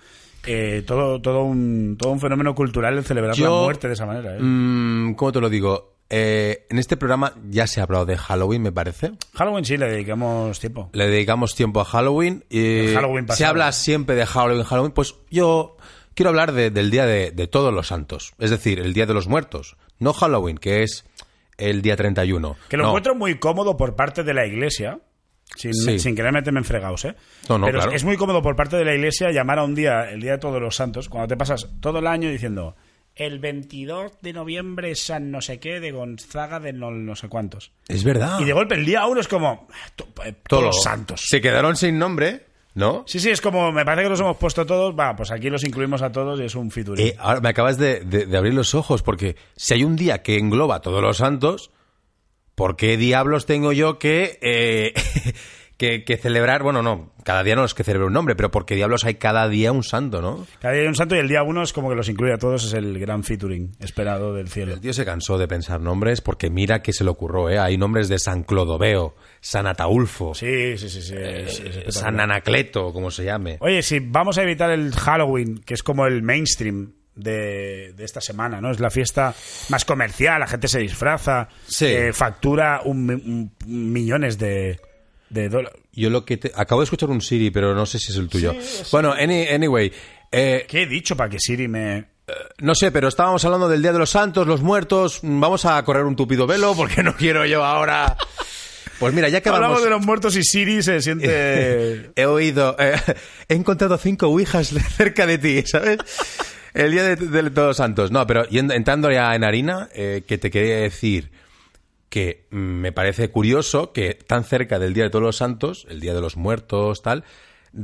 Eh, todo, todo, un, todo un fenómeno cultural el celebrar la muerte de esa manera. ¿eh? Mm, ¿Cómo te lo digo? Eh, en este programa ya se ha hablado de Halloween, me parece. Halloween sí le dedicamos tiempo. Le dedicamos tiempo a Halloween. Y El Halloween se pasado. habla siempre de Halloween, Halloween. Pues yo quiero hablar de- del Día de, de Todos los Santos. Es decir, el Día de los Muertos. No Halloween, que es el día 31. Que lo No. encuentro muy cómodo por parte de la iglesia. Sin, Sí. sin querer meterme en fregados, ¿eh? No, no, Pero claro. es muy cómodo por parte de la iglesia llamar a un día, el día de todos los santos, cuando te pasas todo el año diciendo el 22 de noviembre es San no sé qué de Gonzaga de no, no sé cuántos. Es verdad. Y de golpe el día uno es como "Ah, to- eh, todos Todo. los santos. Se quedaron sin nombre, ¿no? Sí, sí, es como me parece que los hemos puesto todos, va, pues aquí los incluimos a todos y es un featuring. Eh, ahora me acabas de, de- de abrir los ojos, porque si hay un día que engloba a todos los santos, ¿por qué diablos tengo yo que, eh, que, que celebrar? Bueno, no, cada día no es que celebre un nombre, pero ¿por qué diablos hay cada día un santo, no? Cada día hay un santo y el día uno es como que los incluye a todos, es el gran featuring esperado del cielo. El tío se cansó de pensar nombres porque mira que se le ocurrió, ¿eh? Hay nombres de San Clodoveo, San Ataulfo, Sí, sí, sí, sí. es- es eh, espectacular. San Anacleto, como se llame. Oye, si vamos a evitar el Halloween, que es como el mainstream de, de esta semana, ¿no? Es la fiesta más comercial, la gente se disfraza, Sí. eh, factura un mi- un- millones de, de dólares. Yo lo que te... Acabo de escuchar un Siri, pero no sé si es el tuyo. Bueno, any- anyway... eh, ¿Qué he dicho para que Siri me... No sé, pero estábamos hablando del Día de los Santos, los muertos. mm, Vamos a correr un tupido velo porque no quiero yo ahora. Pues mira, ya que Hablamos vamos. de los muertos y Siri se siente... He oído. eh, he encontrado cinco ouijas cerca de ti, ¿sabes? El Día de, de Todos Santos. No, pero yendo- entrando ya en harina, eh, que te quería decir que mm, me parece curioso que tan cerca del Día de Todos los Santos, el Día de los Muertos, tal,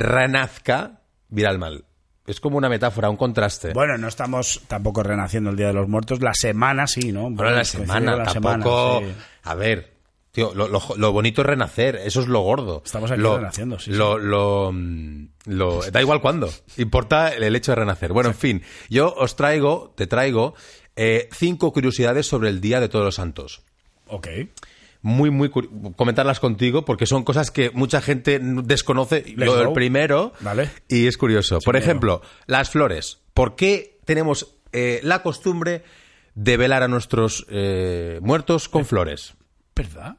renazca viral mal. Es como una metáfora, un contraste. Bueno, no estamos tampoco renaciendo el Día de los Muertos, la semana sí, ¿no? Bueno, la Coincide semana, con la semana, tampoco. sí. A ver, tío, lo, lo- lo bonito es renacer, eso es lo gordo. Estamos aquí lo, renaciendo, sí, Lo, lo, mm, lo- da igual cuándo, importa el hecho de renacer. Bueno, en fin, yo os traigo, te traigo, eh, cinco curiosidades sobre el Día de Todos los Santos. Ok. Muy, muy curi- comentarlas contigo porque son cosas que mucha gente desconoce. Let's Lo del go. primero, Vale. y es curioso. Por miedo. ejemplo, las flores. ¿Por qué tenemos eh, la costumbre Eh, de velar a nuestros eh, muertos con flores? ¿Verdad?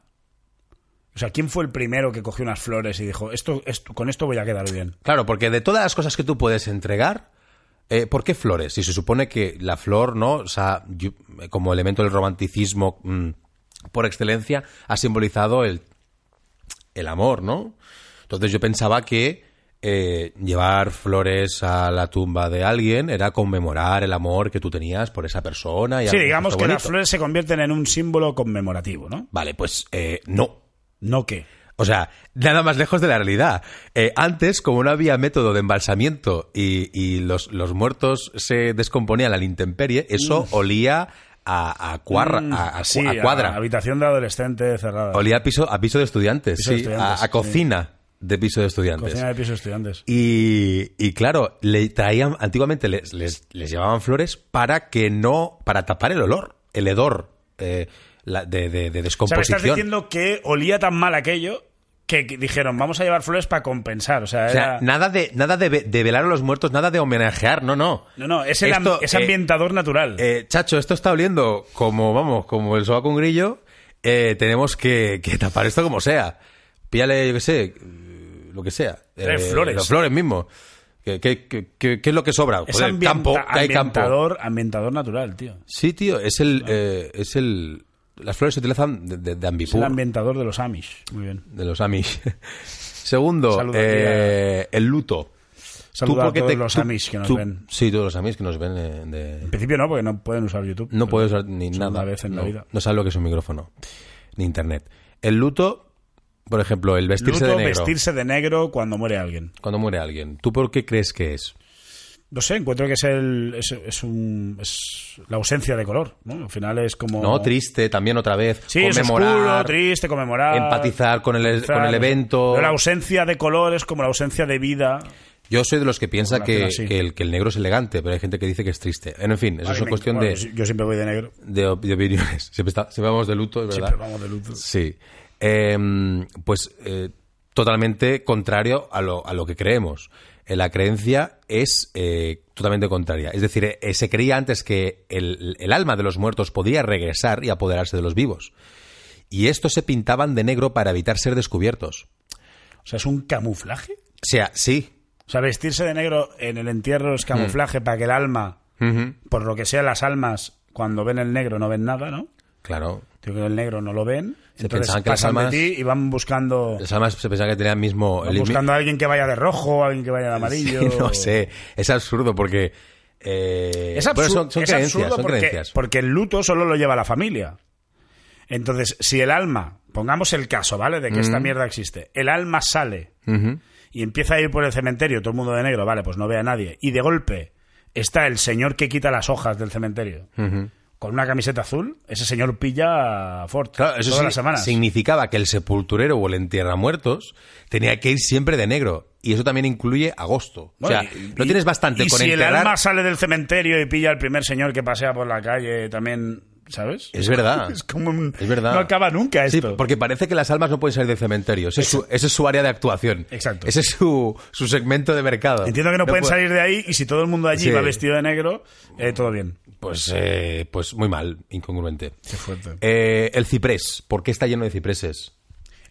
O sea, ¿quién fue el primero que cogió unas flores y dijo, esto, esto con esto voy a quedar bien? Claro, porque de todas las cosas que tú puedes entregar, eh, ¿por qué flores? Si se supone que la flor, ¿no? O sea, yo- eh, como elemento del romanticismo mm, por excelencia, ha simbolizado el, el amor, ¿no? Entonces yo pensaba que eh, llevar flores a la tumba de alguien era conmemorar el amor que tú tenías por esa persona. Y Sí, algo digamos que bonito. las flores se convierten en un símbolo conmemorativo, ¿no? Vale, pues eh, no. No qué. O sea, nada más lejos de la realidad. Eh, antes, como no había método de embalsamiento y, y los, los muertos se descomponían a la intemperie, eso olía a, a cuarra- a, a cua- Mm. Sí, a cuadra. habitación de adolescente cerrada. olía a piso, a piso de estudiantes, Piso de sí, a- estudiantes, a, sí. cocina de piso de estudiantes. Cocina de piso de estudiantes. Y, y claro, le traían, antiguamente les, les- les llevaban flores para que no, para tapar el olor, el hedor eh, la- de, de- de O sea, me descomposición. estás diciendo que olía tan mal aquello que que dijeron, vamos a llevar flores para compensar. O sea, O sea, era- nada de nada de, ve- de velar a los muertos, nada de homenajear, no, no. no, no, es, el am- Esto, es eh, ambientador natural. Eh, chacho, esto está oliendo como, vamos, como el soba con grillo. Eh, tenemos que, que tapar esto como sea. Píale, yo qué sé, eh, lo que sea. Trae flores. Las flores mismo. ¿Qué, qué- qué- qué- qué es lo que sobra? es Joder, ambienta- campo, que hay campo. ambientador, ambientador natural, tío. Sí, tío, es el, eh, es el... Las flores se utilizan de, de, de Es el ambipur, ambientador de los Amish. Muy bien. de los Amish. Segundo, Saluda aquí eh, el luto. Saluda porque a todos te- los tú- Amish que nos tú- ven. Sí, todos los amis que nos ven. eh, de- En principio no, porque no pueden usar YouTube. no puedes usar ni segunda nada. Pues vez en la no, vida. no sabes lo que es un micrófono, ni internet. El luto, por ejemplo, el vestirse Luto, de negro. vestirse de negro cuando muere alguien. Cuando muere alguien, ¿tú por qué crees que es? No sé, encuentro que es el es, es un es la ausencia de color, ¿no? Al final es como No, triste, también otra vez. Sí, es conmemorar, oscuro, triste, conmemorar, empatizar con el, empatizar, con no el sé. evento. Pero la ausencia de color es como la ausencia de vida. Yo soy de los que piensa Con la que, tela, sí. que el, que el negro es elegante, pero hay gente que dice que es triste. En fin, eso Ay, es me- una cuestión bueno, de, Yo siempre voy de negro. de, op- de opiniones. Siempre, está- siempre vamos de luto, es verdad. Siempre vamos de luto. Sí. Eh, pues eh, totalmente contrario a lo, a lo que creemos. Eh, la creencia es eh, totalmente contraria. Es decir, eh, eh, se creía antes que el, el alma de los muertos podía regresar y apoderarse de los vivos. Y estos se pintaban de negro para evitar ser descubiertos. O sea, es un camuflaje. O sea, sí. O sea, vestirse de negro en el entierro es Mm. camuflaje para que el alma, Ujú. por lo que sea las almas, cuando ven el negro no ven nada, ¿no? Claro. Tío, que el negro no lo ven. Se entonces pensaban que las pasan almas- de ti y van buscando Las almas se pensaba que tenían mismo, van el mismo- buscando a alguien que vaya de rojo, a alguien que vaya de amarillo. no sé. Es absurdo porque. eh, Es, absur- bueno, son, son es creencias, absurdo son porque, creencias. porque el luto solo lo lleva la familia. Entonces, si el alma, pongamos el caso, ¿vale? De que esta mierda existe. El alma sale Ujú. y empieza a ir por el cementerio, todo el mundo de negro, vale, pues no ve a nadie. Y de golpe está el señor que quita las hojas del cementerio con una camiseta azul. Ese señor pilla a Ford Claro, eso todas sí- las semanas. significaba que el sepulturero o el entierramuertos tenía que ir siempre de negro. Y eso también incluye agosto. Bueno, o sea, y- no y- tienes bastante y con si enterrar- el alma sale del cementerio y pilla al primer señor que pasea por la calle también, ¿sabes? Es verdad. Es como un- Es verdad. No acaba nunca Sí, esto. porque parece que las almas no pueden salir del cementerio. Ese es su, ese es su área de actuación. Exacto. Ese es su, su segmento de mercado. Entiendo que no, pueden puede- salir de ahí y si todo el mundo allí Sí. va vestido de negro, eh, todo bien. Pues, eh, pues muy mal, incongruente. Qué fuerte. Eh, el ciprés. ¿Por qué está lleno de cipreses?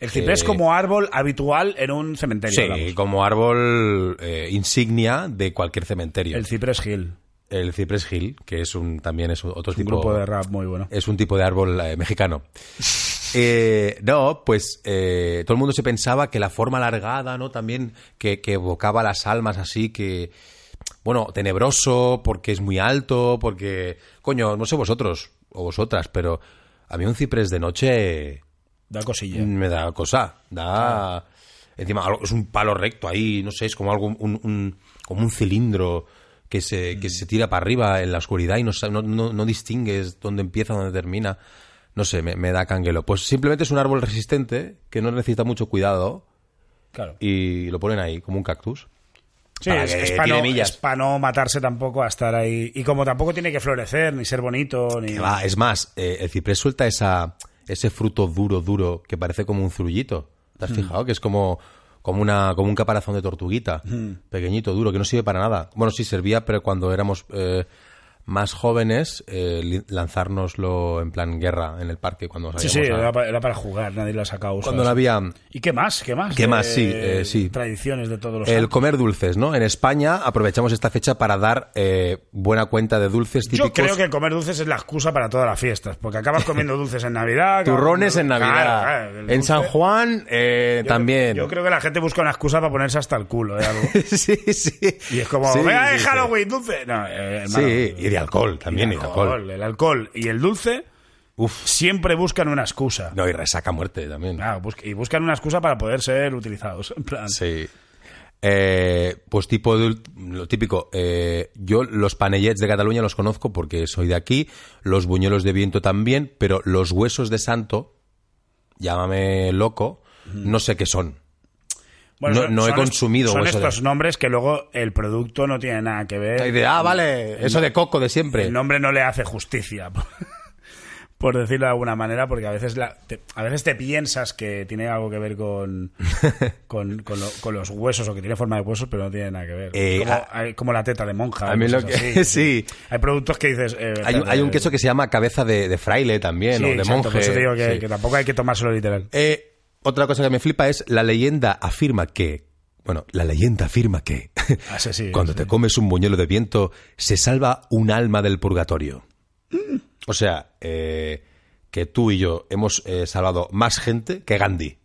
El ciprés eh, como árbol habitual en un cementerio. Sí, hablamos. como árbol eh, insignia de cualquier cementerio. El El, ciprés Hill. ciprés gil, que es un, también es otro Un tipo grupo de rap muy bueno. es un tipo de árbol eh, mexicano. Eh, no, pues eh, todo el mundo se pensaba que la forma alargada, ¿no? También que, que evocaba las almas así, que, bueno, tenebroso, porque es muy alto, porque, coño, no sé vosotros o vosotras, pero a mí un ciprés de noche Da cosilla. me da cosa, da... Encima algo- es un palo recto ahí, no sé, es como algo, un, un- como un cilindro que se, que se tira para arriba en la oscuridad y no, sa- no, no- no distingues dónde empieza, dónde termina. No sé, me, me da canguelo. Pues simplemente es un árbol resistente que no necesita mucho cuidado Claro. y lo ponen ahí como un cactus. Sí, para es, que es pa' no, tire millas. es pa' no matarse tampoco a estar ahí. Y como tampoco tiene que florecer, ni ser bonito, ni... Que va, es más, eh, el ciprés suelta esa, ese fruto duro, duro, que parece como un zurullito. ¿Te Hmm. has fijado? Que es como, como, una, como un caparazón Hmm. de tortuguita. Pequeñito, duro, que no sirve para nada. Bueno, sí servía, pero cuando éramos eh, más jóvenes eh, li- lanzárnoslo en plan guerra en el parque cuando Sí, salíamos sí, a- era para, era para jugar, nadie lo ha sacado. cuando ¿sabes? no había ¿Y qué más? ¿Qué más? ¿Qué de- más? Sí, eh, sí. Tradiciones de todos los el santos. comer dulces, ¿no? En España aprovechamos esta fecha para dar eh, buena cuenta de dulces típicos. Yo creo que comer dulces es la excusa para todas las fiestas, porque acabas comiendo dulces en Navidad. acabas Turrones en comiendo- Navidad. Claro, claro, el en dulce- San Juan eh, Yo- también. Yo creo que la gente busca una excusa para ponerse hasta el culo de algo. sí, sí. Y es como, Sí, venga, sí, eh, sí. Halloween, dulce. No, eh, Sí, hermano, y de alcohol también, y de alcohol. El alcohol y el dulce Uf. siempre buscan una excusa. No, y resaca muerte también. Claro, bus- y buscan una excusa para poder ser utilizados. En plan, Sí. Eh, pues tipo de, lo típico, eh, yo los panellets de Cataluña los conozco porque soy de aquí, los buñuelos de viento también, pero los huesos de santo, llámame loco, no sé qué son. No- son- no he son est- consumido Son hueso de- estos nombres que luego el producto no tiene nada que ver. Hay de, ah, vale, eso de coco de siempre. El nombre no le hace justicia, por- por decirlo de alguna manera, porque a veces, la- te, a veces te piensas que tiene algo que ver con, con, con lo- con los huesos o que tiene forma de huesos, pero no tiene nada que ver. Eh, como, a- hay- como la teta de monja. a mí cosas lo que- así. sí. Hay productos que dices... eh, Hay, un- hay un queso que se llama cabeza de, de fraile también, Sí, o de exacto, monje. por eso te digo que, sí. que tampoco hay que tomárselo literal. Eh, otra cosa que me flipa es la leyenda afirma que, bueno, la leyenda afirma que Ah, sí, sí, cuando sí. te comes un buñuelo de viento se salva un alma del purgatorio. Mm. O sea, eh, que tú y yo hemos eh, salvado más gente que Gandhi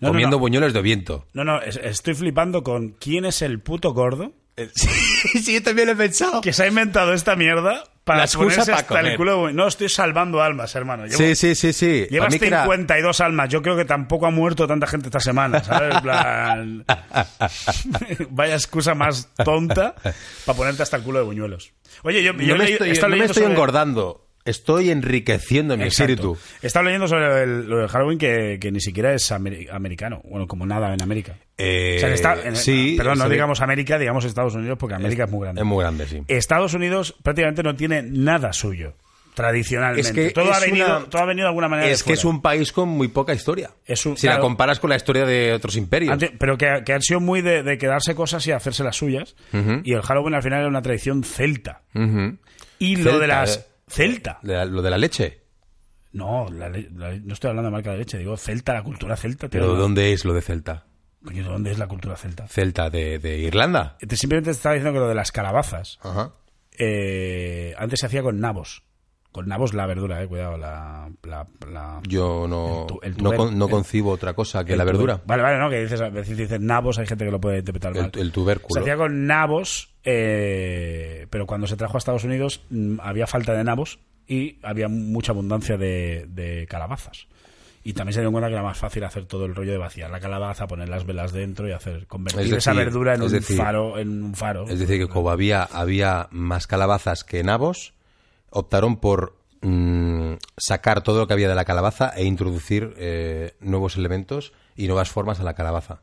No, no, comiendo no. buñuelos de viento. No, no, es- estoy flipando con quién es el puto gordo sí, sí, yo también lo he pensado. que se ha inventado esta mierda para La excusa ponerse para hasta el comer. culo. de- No, estoy salvando almas, hermano. Llevo Sí, sí, sí, sí. A Llevas mí que era- 52 almas. Yo creo que tampoco ha muerto tanta gente esta semana, ¿sabes? En plan- Vaya excusa más tonta para ponerte hasta el culo de buñuelos. Oye, yo, yo no me leí- estoy, estaba no me leyendo estoy sobre- engordando, estoy enriqueciendo mi Exacto. espíritu. Estaba leyendo sobre el- lo del Halloween que, que ni siquiera es ameri- americano. Bueno, como nada en América. Eh, O sea, que está- en- sí, perdón, no se ve- digamos América, digamos Estados Unidos, porque América es, muy grande. Es muy grande, sí. Estados Unidos prácticamente no tiene nada suyo, tradicionalmente. Es que todo, es ha venido, una- todo ha venido de alguna manera. de es que fuera. es un país con muy poca historia. Es un- si la claro. comparas con la historia de otros imperios. Antes- pero que, que han sido muy de, de quedarse cosas y hacerse las suyas. Y el Halloween al final era una tradición celta. Ujú. Y lo Celta, de las. eh. Celta. De la- lo de la leche. No, la le- la- no estoy hablando de marca de leche, digo celta, la cultura celta. tío. Pero ¿dónde es lo de Celta? Coño, ¿de dónde es la cultura celta? Celta de, de Irlanda. Te- Simplemente te estaba diciendo que lo de las calabazas Ajá. eh, antes se hacía con nabos. Con nabos la verdura, eh, cuidado, la, la- la- Yo no, El tu- el no, tubérculo. con- no El- concibo otra cosa que la verdura. Vale, vale, no, que dices, a veces dices nabos, hay gente que lo puede interpretar mal. El, el tubérculo. Se hacía con nabos, eh, pero cuando se trajo a Estados Unidos mm, había falta de nabos y había mucha abundancia de, de calabazas. Y también se dieron cuenta que era más fácil hacer todo el rollo de vaciar la calabaza, poner las velas dentro y hacer convertir Es decir, esa verdura en es un decir- faro, en un faro. Es decir, que como había, había más calabazas que nabos, optaron por mm, sacar todo lo que había de la calabaza e introducir eh, nuevos elementos y nuevas formas a la calabaza.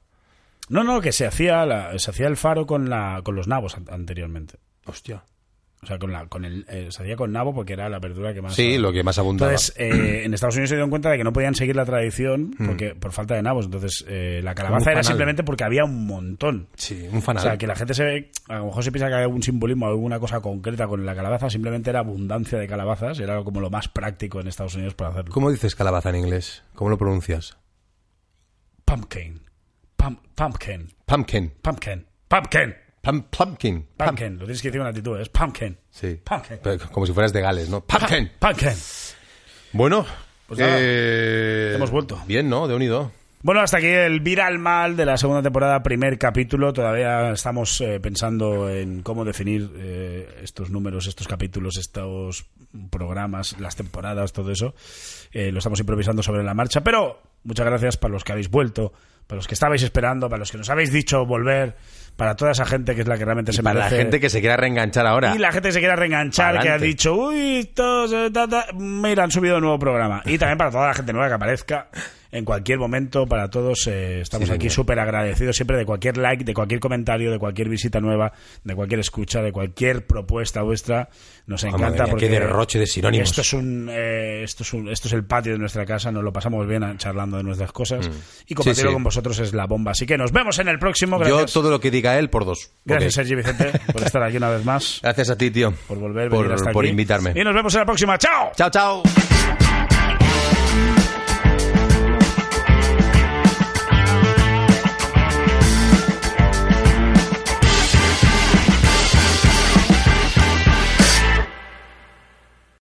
No, no, que se hacía la- se hacía el faro con la, con los nabos an- anteriormente. Hostia. O sea, con la, con el, eh, se hacía con nabo porque era la verdura que más Sí, lo que más abundaba. Entonces, eh, en Estados Unidos se dieron cuenta de que no podían seguir la tradición porque por falta de nabos. Entonces, eh, la Como calabaza un era fanal. simplemente porque había un montón. sí, un O fanal. sea, que la gente se ve, a lo mejor se piensa que hay algún simbolismo, alguna cosa concreta con la calabaza, simplemente era abundancia de calabazas, era como lo más práctico en Estados Unidos para hacerlo. ¿Cómo dices calabaza en inglés? ¿Cómo lo pronuncias? Pumpkin, Pum- pumpkin, Pumpkin. pumpkin, pumpkin, Pum- pumpkin. Pum- pumpkin, lo tienes que decir con actitud, es pumpkin, Sí. Pumpkin. Pero como si fueras de Gales, ¿no? Pumpkin. pumpkin. Bueno. Pues nada, eh, hemos vuelto. Bien, ¿no? De unido. Bueno, hasta aquí el viral mal de la segunda temporada, primer capítulo. Todavía estamos eh, pensando en cómo definir eh, estos números, estos capítulos, estos programas, las temporadas, todo eso. Eh, lo estamos improvisando sobre la marcha, pero muchas gracias para los que habéis vuelto, para los que estabais esperando, para los que nos habéis dicho volver, para toda esa gente que es la que realmente se Para la merece. gente que se quiera reenganchar ahora. Y la gente que se quiera reenganchar, que ha Adelante. dicho, uy, estos, eh, ta, ta", mira, han subido un nuevo programa. Y también para toda la gente nueva que aparezca en cualquier momento para todos. eh, estamos Sí, aquí señor. súper agradecidos siempre de cualquier like, de cualquier comentario, de cualquier visita nueva, de cualquier escucha, de cualquier propuesta vuestra. Nos Ah, madre encanta mía, qué porque derroche de sinónimos. Esto es un, eh, esto es un- esto es el patio de nuestra casa. Nos lo pasamos bien ah, charlando de nuestras cosas y compartirlo Mm. sí. con vosotros es la bomba. Así que nos vemos en el próximo. Yo Gracias, todo lo que diga él por dos. gracias Ok. Sergi Vicente por estar aquí una vez más, Gracias a ti, tío. por volver, por, venir hasta por aquí. invitarme. y nos vemos en la próxima. Chao. Chao, chao.